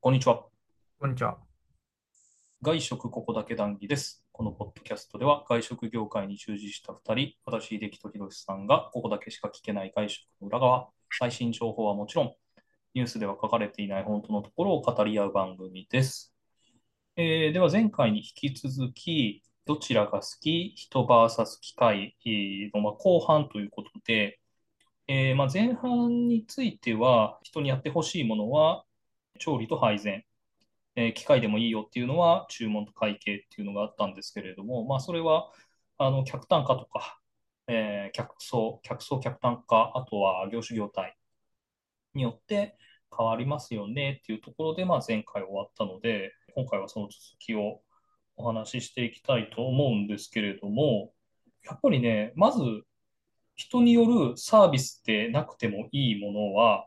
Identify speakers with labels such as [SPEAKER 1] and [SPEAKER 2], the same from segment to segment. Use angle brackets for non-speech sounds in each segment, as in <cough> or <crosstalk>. [SPEAKER 1] こんにちは。
[SPEAKER 2] こんにちは。
[SPEAKER 1] 外食ここだけ談義です。このポッドキャストでは外食業界に従事した2人、私、秀樹とひろしさんがここだけしか聞けない外食の裏側、最新情報はもちろん、ニュースでは書かれていない本当のところを語り合う番組です。えーでは前回に引き続き、どちらが好き、人 VS 機械えーのまあ後半ということで、えーまあ前半については、人にやってほしいものは調理と配膳。えー機械でもいいよっていうのは注文と会計っていうのがあったんですけれども、まあ、それはあの客単価とか、えー客層、客層、客単価、あとは業種業態によって変わりますよねっていうところで、まあ、前回終わったので、今回はその続きをお話ししていきたいと思うんですけれども、やっぱりね、まず人によるサービスでなくてもいいものは、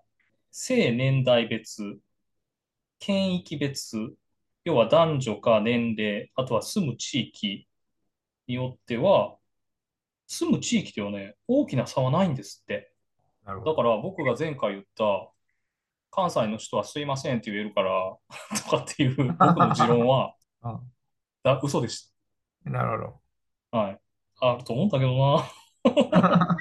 [SPEAKER 1] 性年代別、県域別、要は男女か年齢、あとは住む地域によっては、住む地域ではね、大きな差はないんですって。
[SPEAKER 2] なるほ
[SPEAKER 1] だ
[SPEAKER 2] ど。
[SPEAKER 1] から僕が前回言った、関西の人はすいませんって言えるから、 <laughs> とかっていう僕の持論は、
[SPEAKER 2] あ
[SPEAKER 1] だ嘘でし
[SPEAKER 2] なるほど。
[SPEAKER 1] た。はい。あると思うんだけどな。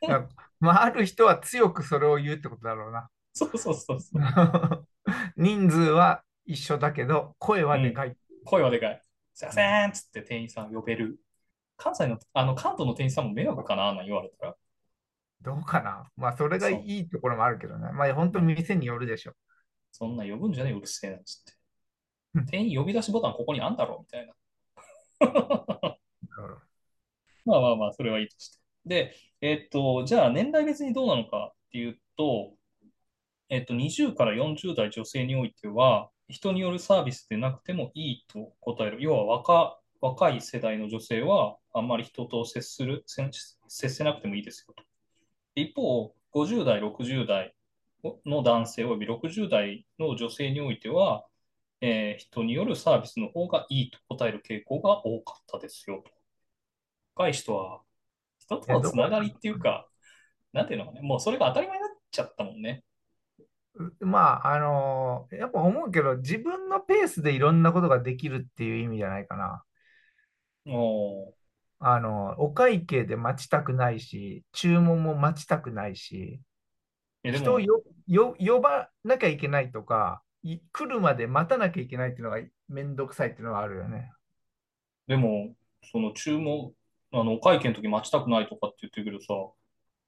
[SPEAKER 1] <laughs>
[SPEAKER 2] <laughs> なんかまあ、ある人は強くそれを言うってことだろうな。
[SPEAKER 1] そうそうそうそう。
[SPEAKER 2] <laughs> 人数は一緒だけど、声はでかい。
[SPEAKER 1] 声はでかい。すいませんっつって店員さん呼べる。関西の、あの、関東の店員さんも迷惑かななんて言われたら。
[SPEAKER 2] どうかな。まあ、それが
[SPEAKER 1] そう
[SPEAKER 2] いいところもあるけどね。まあ、本当店によるでしょ。
[SPEAKER 1] そんな呼ぶんじゃねえようるせえなっつって
[SPEAKER 2] うん。
[SPEAKER 1] 店員呼び出しボタンここにあんだろみたいな。
[SPEAKER 2] なるほど
[SPEAKER 1] まあまあまあ、それはいいとして。で、えっと、じゃあ年代別にどうなのかっていうと、えっと、20から40代女性においては、人によるサービスでなくてもいいと答える。要は若、若い世代の女性は、あんまり人と接する、せ接せなくてもいいですよと。で一方、50代、60代の男性および60代の女性においては、えー人によるサービスの方がいいと答える傾向が多かったですよと。若い人は、人とのつながりっていうか、なんていうのかね、もうそれが当たり前になっちゃったもんね。
[SPEAKER 2] うまあ、あのーやっぱ思うけど、自分のペースでいろんなことができるっていう意味じゃないかな。
[SPEAKER 1] おー
[SPEAKER 2] あのーお会計で待ちたくないし、注文も待ちたくないし。
[SPEAKER 1] えで
[SPEAKER 2] 人
[SPEAKER 1] も
[SPEAKER 2] を、よよ呼ばなきゃいけないとか、い来るまで待たなきゃいけないっていうのがめんどくさいっていうのはあるよね。
[SPEAKER 1] でも、その注文、あの、お会計の時待ちたくないとかって言ってるけどさ、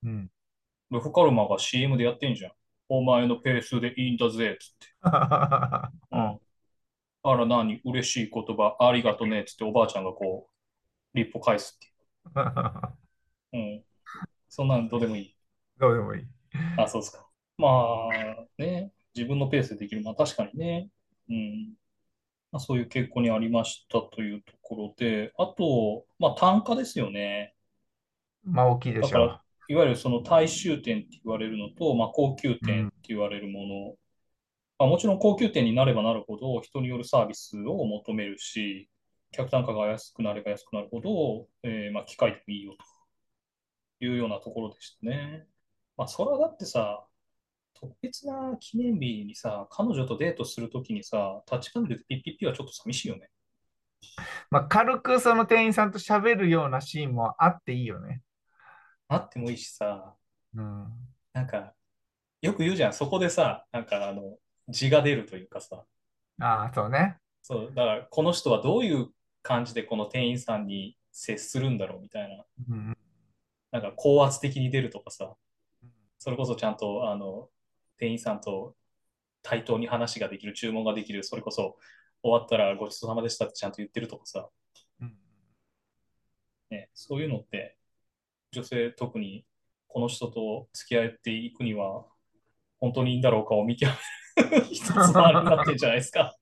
[SPEAKER 2] うん。 <laughs>
[SPEAKER 1] ルフカルマが CM でやってんじゃん。お前のペースでいいんだぜ、つって。うん。あら、何、嬉しい言葉、ありがとね、つっておばあちゃんがこう、立歩返すっていう。うん。そんなんどうでもいい。
[SPEAKER 2] どうでもいい。
[SPEAKER 1] あ、そうですか。まあね、自分のペースでできるのは確かにね、うん。まあ、そういう傾向にありましたというところで、あと、まあ単価ですよね。
[SPEAKER 2] まあ大きいで
[SPEAKER 1] だ
[SPEAKER 2] し
[SPEAKER 1] か
[SPEAKER 2] ょ
[SPEAKER 1] ら、いわゆるその大衆店って言われるのと、まあ高級店って言われるもの、まあ、もちろん高級店になればなるほど人によるサービスを求めるし、客単価が安くなれば安くなるほど、えーまあ機械でもいいよというようなところでしたね。まあそれはだってさ、特別な記念日にさ、彼女とデートするときにさ、タッチパネルでピッピッピはちょっと寂しいよね。
[SPEAKER 2] まあ軽くその店員さんと喋るようなシーンもあっていいよね。
[SPEAKER 1] あってもいいしさ、
[SPEAKER 2] うん。
[SPEAKER 1] なんか、よく言うじゃん、そこでさ、なんかあの、字が出るというかさ、
[SPEAKER 2] ああ、そうね。
[SPEAKER 1] そう、だからこの人はどういう感じでこの店員さんに接するんだろうみたい
[SPEAKER 2] うん。
[SPEAKER 1] な、なんか高圧的に出るとかさ、それこそちゃんとあの店員さんと対等に話ができる、注文ができる、それこそ終わったらごちそうさまでしたってちゃんと言ってるとかさ、
[SPEAKER 2] うん
[SPEAKER 1] ね、そういうのって女性特にこの人と付き合っていくには本当にいいんだろうかを見極める <laughs> 一つのあれになってんじゃないですか。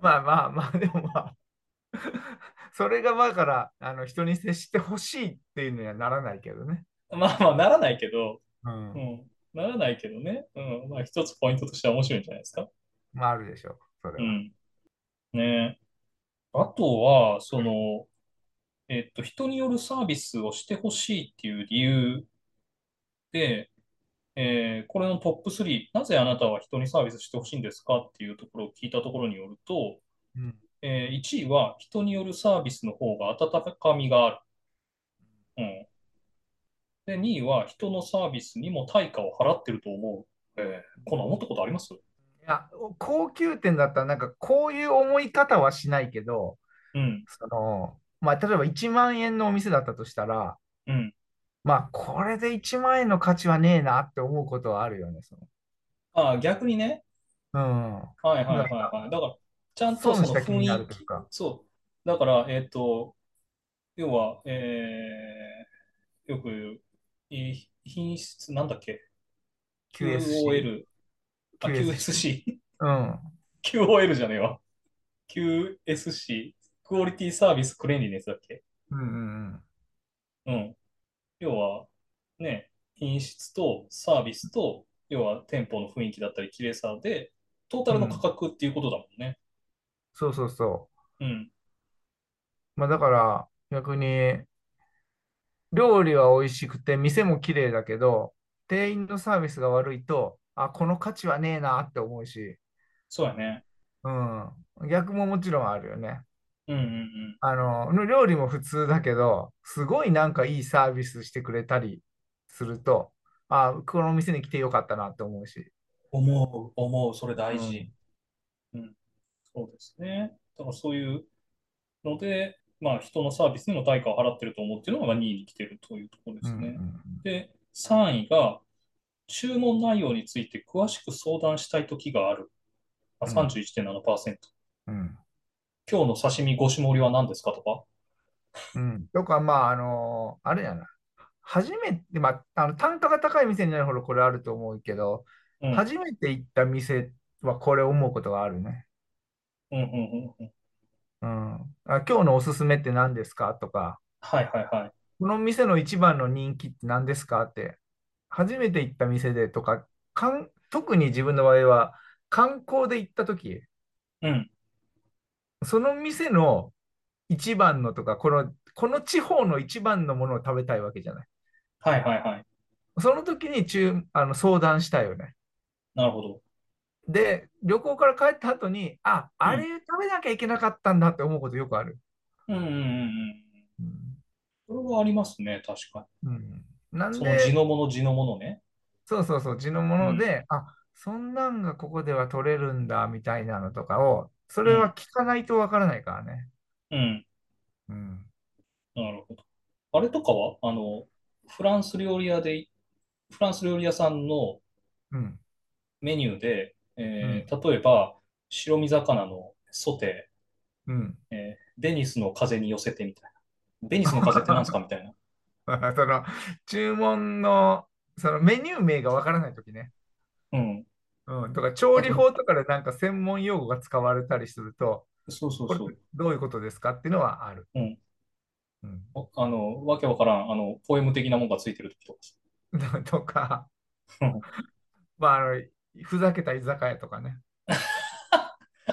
[SPEAKER 2] まあまあまあ、 <laughs> でもまあ、それがまあだから、あの人に接してほしいっていうのにはならないけどね。
[SPEAKER 1] まあまあならないけど、う
[SPEAKER 2] う。
[SPEAKER 1] んん、ならないけどね、うん、まあ一つポイントとしては面白いんじゃないですか。
[SPEAKER 2] まああるでしょ。それ
[SPEAKER 1] う
[SPEAKER 2] は。
[SPEAKER 1] ん。ねえあとは、その、えっと、人によるサービスをしてほしいっていう理由で、えーこれのトップ3、なぜあなたは人にサービスしてほしいんですかっていうところを聞いたところによると、
[SPEAKER 2] うん。
[SPEAKER 1] えー1位は人によるサービスの方が温かみがある。うん。で、2位は人のサービスにも対価を払ってると思う。えーこんなん思ったことあります
[SPEAKER 2] いや、高級店だったら、なんかこういう思い方はしないけど、
[SPEAKER 1] うん、
[SPEAKER 2] その、まあ、例えば1万円のお店だったとしたら、
[SPEAKER 1] うん。
[SPEAKER 2] まあ、これで1万円の価値はねえなって思うことはあるよね、そ
[SPEAKER 1] ああ、逆にね。
[SPEAKER 2] の。うん。
[SPEAKER 1] はいはいはいはい。だから、ちゃんと
[SPEAKER 2] 損
[SPEAKER 1] その
[SPEAKER 2] した気
[SPEAKER 1] 雰
[SPEAKER 2] にな
[SPEAKER 1] 囲
[SPEAKER 2] ると
[SPEAKER 1] 気
[SPEAKER 2] いうか。
[SPEAKER 1] そう。だから、えっと、要は、えーよく言う、い品質、なんだっけ
[SPEAKER 2] QSC。
[SPEAKER 1] QOL。あ、QSC。
[SPEAKER 2] QSC うん。
[SPEAKER 1] QOL じゃねえわ。QSC。クオリティサービスクレンリネスだっけ
[SPEAKER 2] うんうんう
[SPEAKER 1] う
[SPEAKER 2] ん。
[SPEAKER 1] ん。要は、ね、品質とサービスと、要は店舗の雰囲気だったり、綺麗さで、トータルの価格っていうことだもんね。
[SPEAKER 2] そうそうそ
[SPEAKER 1] うん。
[SPEAKER 2] う。まあ、だから、逆に、料理は美味しくて、店も綺麗だけど、店員のサービスが悪いと、あ、この価値はねえなって思うし、
[SPEAKER 1] そうやね。
[SPEAKER 2] うん。逆ももちろんあるよね。
[SPEAKER 1] うんうんうん。
[SPEAKER 2] あの、料理も普通だけど、すごいなんかいいサービスしてくれたりすると、あ、この店に来てよかったなって思うし。
[SPEAKER 1] 思う、思う、それ大事。うん、そうですね。だからそういうので、まあ、人のサービスにも対価を払ってると思うっていうのが2位に来てるというところで
[SPEAKER 2] う
[SPEAKER 1] す
[SPEAKER 2] ん
[SPEAKER 1] ね。で、3位が、注文内容について詳しく相談したい時がある。あ、
[SPEAKER 2] うん
[SPEAKER 1] 31.7%。
[SPEAKER 2] うん
[SPEAKER 1] 今日の刺身ごし盛りは何ですかとか。
[SPEAKER 2] うん。うん。とか、まあ、あの、あれやな。初めて、まあ、あの、単価が高い店になるほどこれあると思うけど、
[SPEAKER 1] うん、
[SPEAKER 2] 初めて行った店はこれ思うことがあるね。
[SPEAKER 1] うん、うん、うんうん。
[SPEAKER 2] うん。あ、今日のおすすめって何ですかとか、
[SPEAKER 1] はい、はい、はい。
[SPEAKER 2] この店の一番の人気って何ですかって、初めて行った店でとか、かん、特に自分の場合は、観光で行った時、
[SPEAKER 1] うん、
[SPEAKER 2] その店の一番のとか、この、この地方の一番のものを食べたいわけじゃない。
[SPEAKER 1] はい、はい、はい。
[SPEAKER 2] その時に注あの、相談したいよね。
[SPEAKER 1] なるほど。
[SPEAKER 2] で、旅行から帰った後に、あ、
[SPEAKER 1] ん
[SPEAKER 2] あれ食べなきゃいけなかったんだって思うことよくある。
[SPEAKER 1] うん、うん、うんうん。
[SPEAKER 2] うん。
[SPEAKER 1] それはありますね、確か
[SPEAKER 2] うんなん
[SPEAKER 1] に。その
[SPEAKER 2] で、
[SPEAKER 1] 地のもの、地のものね。
[SPEAKER 2] そうそうそう、地のもので、あ、そんなんがここでは取れるんだみたいなのとかを、それは聞かないとわからないからね。
[SPEAKER 1] うん、
[SPEAKER 2] うん。
[SPEAKER 1] なるほど。あれとかは、あの、フランス料理屋で、フランス料理屋さんの
[SPEAKER 2] うん。
[SPEAKER 1] メニューで、えー例えば、白身魚のソテ
[SPEAKER 2] うん。 <laughs>
[SPEAKER 1] ー、えーベニスの風に寄せてみたいな。ベニスの風ってなんですかみ <laughs> たいな。
[SPEAKER 2] その、注文の、そのメニュー名がわからないときね。
[SPEAKER 1] うん。
[SPEAKER 2] うん。とか、調理法とかでなんか専門用語が使われたりすると、
[SPEAKER 1] そうそう
[SPEAKER 2] これ
[SPEAKER 1] そう。
[SPEAKER 2] どういうことですかっていうのはある。
[SPEAKER 1] うん
[SPEAKER 2] うん。
[SPEAKER 1] おあの、わけわからん、あの、ポエム的なもんがついてる時とか。
[SPEAKER 2] <laughs> とか
[SPEAKER 1] うん、
[SPEAKER 2] <laughs> まあ、あの、ふざけた居酒屋とかね。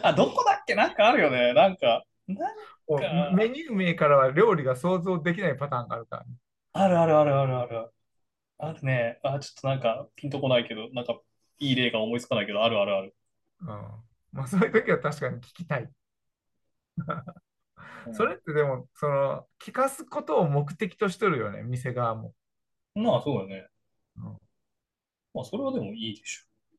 [SPEAKER 1] あ、どこだっけなんかあるよね。なんか、なん
[SPEAKER 2] こう
[SPEAKER 1] か
[SPEAKER 2] メニュー名からは料理が想像できないパターンがあるからね。
[SPEAKER 1] あるあるあるあるある。あるね。あ、ちょっとなんか、ピンとこないけど、なんか、いい例が思いつかないけど、あるあるある。
[SPEAKER 2] うんまあ、そういう時は確かに聞きたい。それってでも、その、聞かすことを目的としとるよね、店側も。
[SPEAKER 1] まあ、そうだね
[SPEAKER 2] うん。
[SPEAKER 1] まあ、それはでもいいでしょう。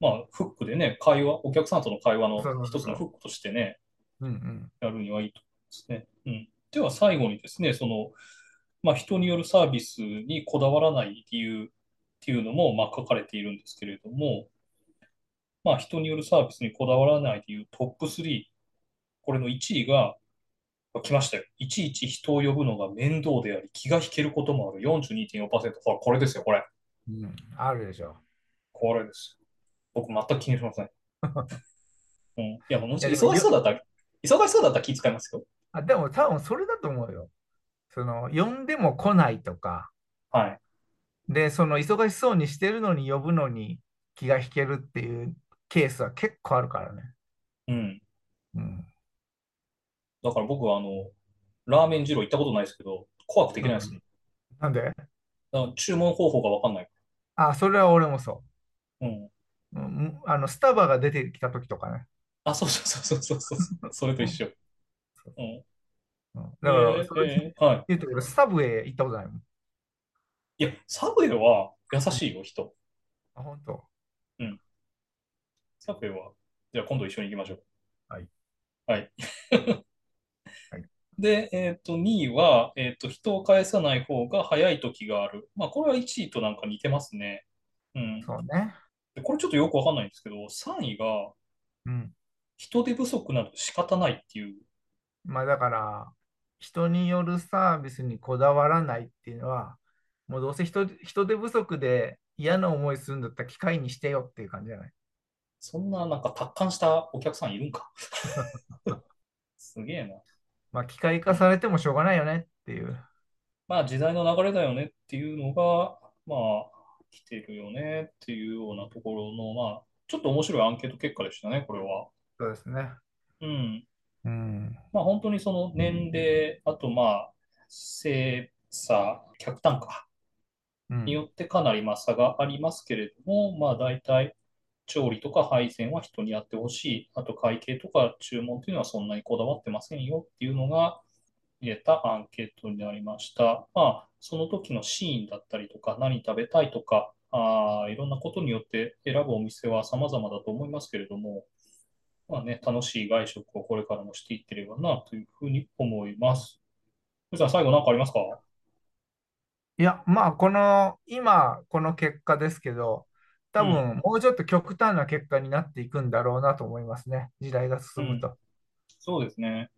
[SPEAKER 1] まあ、フックでね、会話、お客さんとの会話
[SPEAKER 2] そうそ
[SPEAKER 1] の
[SPEAKER 2] うそ
[SPEAKER 1] 一
[SPEAKER 2] う
[SPEAKER 1] つのフックとしてね、
[SPEAKER 2] うんうん。
[SPEAKER 1] やるにはいいと思いますね。うん。では、最後にですね、その、まあ、人によるサービスにこだわらない理由っていうのも、まあ、書かれているんですけれども、まあ、人によるサービスにこだわらない理由トップ3。これの1位が、来ましたよ。いちいち人を呼ぶのが面倒であり、気が引けることもある42.4%。ほら、これですよ、これ。
[SPEAKER 2] うん、あるでしょ。
[SPEAKER 1] これです。僕、全く気にしま <laughs> せん。うん、いや、もちろん
[SPEAKER 2] いやでも
[SPEAKER 1] 忙しそうだったら、忙しそうだったら気遣いますよ。
[SPEAKER 2] あ、でも多分それだと思うよ。その、呼んでも来ないとか、
[SPEAKER 1] はい。
[SPEAKER 2] で、その、忙しそうにしてるのに呼ぶのに気が引けるっていうケースは結構あるからね。
[SPEAKER 1] うん。
[SPEAKER 2] うん。
[SPEAKER 1] だから僕は、あの、ラーメン二郎行ったことないですけど、怖くて行けないですね。
[SPEAKER 2] なんで
[SPEAKER 1] だから注文方法がわかんない。
[SPEAKER 2] あ、それは俺もそ
[SPEAKER 1] うん。
[SPEAKER 2] う。うんむあの、スタバが出てきた時とかね。
[SPEAKER 1] あ、そうそうそうそう
[SPEAKER 2] <laughs>
[SPEAKER 1] そうそう。それと
[SPEAKER 2] う
[SPEAKER 1] 一
[SPEAKER 2] ん
[SPEAKER 1] 緒。うん。
[SPEAKER 2] うん、
[SPEAKER 1] え
[SPEAKER 2] だから、
[SPEAKER 1] ー
[SPEAKER 2] それで
[SPEAKER 1] えーはい。
[SPEAKER 2] 言うと、俺スタブウェイ行ったことないもん。
[SPEAKER 1] いや、サブウェイは優
[SPEAKER 2] うん
[SPEAKER 1] しいよ、人。
[SPEAKER 2] あ、本当。
[SPEAKER 1] うん。サブウェイは、じゃあ今度一緒に行きましょう。
[SPEAKER 2] はい。
[SPEAKER 1] はい。
[SPEAKER 2] はい。
[SPEAKER 1] <laughs> で、えっと、2位は、えっと、人を返さない方が早い時がある。まあ、これは1位となんか似てますね。うん。
[SPEAKER 2] そうね。
[SPEAKER 1] で、これちょっとよくわかんないんですけど、3位が、
[SPEAKER 2] うん。
[SPEAKER 1] 人手不足など仕方ないっていう。
[SPEAKER 2] まあだから、人によるサービスにこだわらないっていうのは、もうどうせ人、人手不足で嫌な思いするんだったら機械にしてよっていう感じじゃない
[SPEAKER 1] そんななんか達観したお客さんいるんか。すげえな。
[SPEAKER 2] まあ機械
[SPEAKER 1] う
[SPEAKER 2] 化
[SPEAKER 1] ん。
[SPEAKER 2] されてもしょうがないよねっていう。
[SPEAKER 1] まあ時代の流れだよねっていうのが、まあ来てるよねっていうようなところの、まあちょっと面白いアンケート結果でしたね、これは。
[SPEAKER 2] そうですね。
[SPEAKER 1] うん。
[SPEAKER 2] うん。
[SPEAKER 1] まあ本当にその年齢、あとまあ性差、客単価
[SPEAKER 2] う
[SPEAKER 1] に
[SPEAKER 2] ん。
[SPEAKER 1] よってかなりまあ差がありますけれども、まあ大体調理とか配膳は人にやってほしい。あと会計とか注文というのはそんなにこだわってませんよっていうのが、入れたアンケートになりました。まあ、その時のシーンだったりとか、何食べたいとか、あーいろんなことによって選ぶお店は様々だと思いますけれども、まあね、楽しい外食をこれからもしていってればなというふうに思います。ふじさん、最後何かありますか
[SPEAKER 2] いや、まあこの、今この結果ですけど、
[SPEAKER 1] う
[SPEAKER 2] 多
[SPEAKER 1] ん、
[SPEAKER 2] 分もうちょっと極端な結果になっていくんだろうなと思いますね。時代が
[SPEAKER 1] う
[SPEAKER 2] 進む
[SPEAKER 1] ん、
[SPEAKER 2] と。
[SPEAKER 1] そうですね。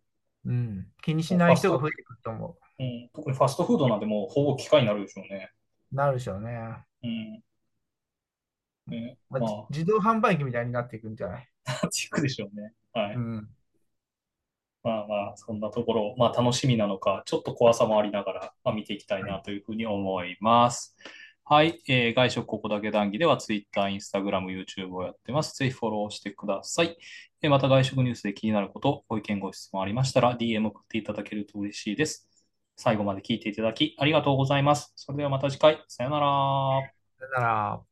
[SPEAKER 2] うん。気に
[SPEAKER 1] も
[SPEAKER 2] し
[SPEAKER 1] うフ
[SPEAKER 2] な
[SPEAKER 1] ァ
[SPEAKER 2] い
[SPEAKER 1] ス
[SPEAKER 2] 人が
[SPEAKER 1] ト、
[SPEAKER 2] 増えてくると思
[SPEAKER 1] うん、特にファストフードなんてもうほぼ機械になるでしょうね。
[SPEAKER 2] う。なるでしょうね。
[SPEAKER 1] うん、ね、 <laughs>
[SPEAKER 2] まあ、
[SPEAKER 1] ま
[SPEAKER 2] じ
[SPEAKER 1] あ、
[SPEAKER 2] 自動販売機みたいになっていくんじゃない
[SPEAKER 1] チックでしょうね。は
[SPEAKER 2] う
[SPEAKER 1] い。
[SPEAKER 2] ん。
[SPEAKER 1] まあまあ、そんなところ、まあ楽しみなのか、ちょっと怖さもありながら、まあ見ていきたい
[SPEAKER 2] は。
[SPEAKER 1] ないというふうに思います。はい、えー外食ここだけ談義では Twitter、Instagram、YouTube をやってます。ぜひフォローしてください。えーまた外食ニュースで気になること、ご意見、ご質問ありましたら、DM 送っていただけると嬉しいです。最後まで聞いていただきありがとうございます。それではまた次回、さよなら。
[SPEAKER 2] だから、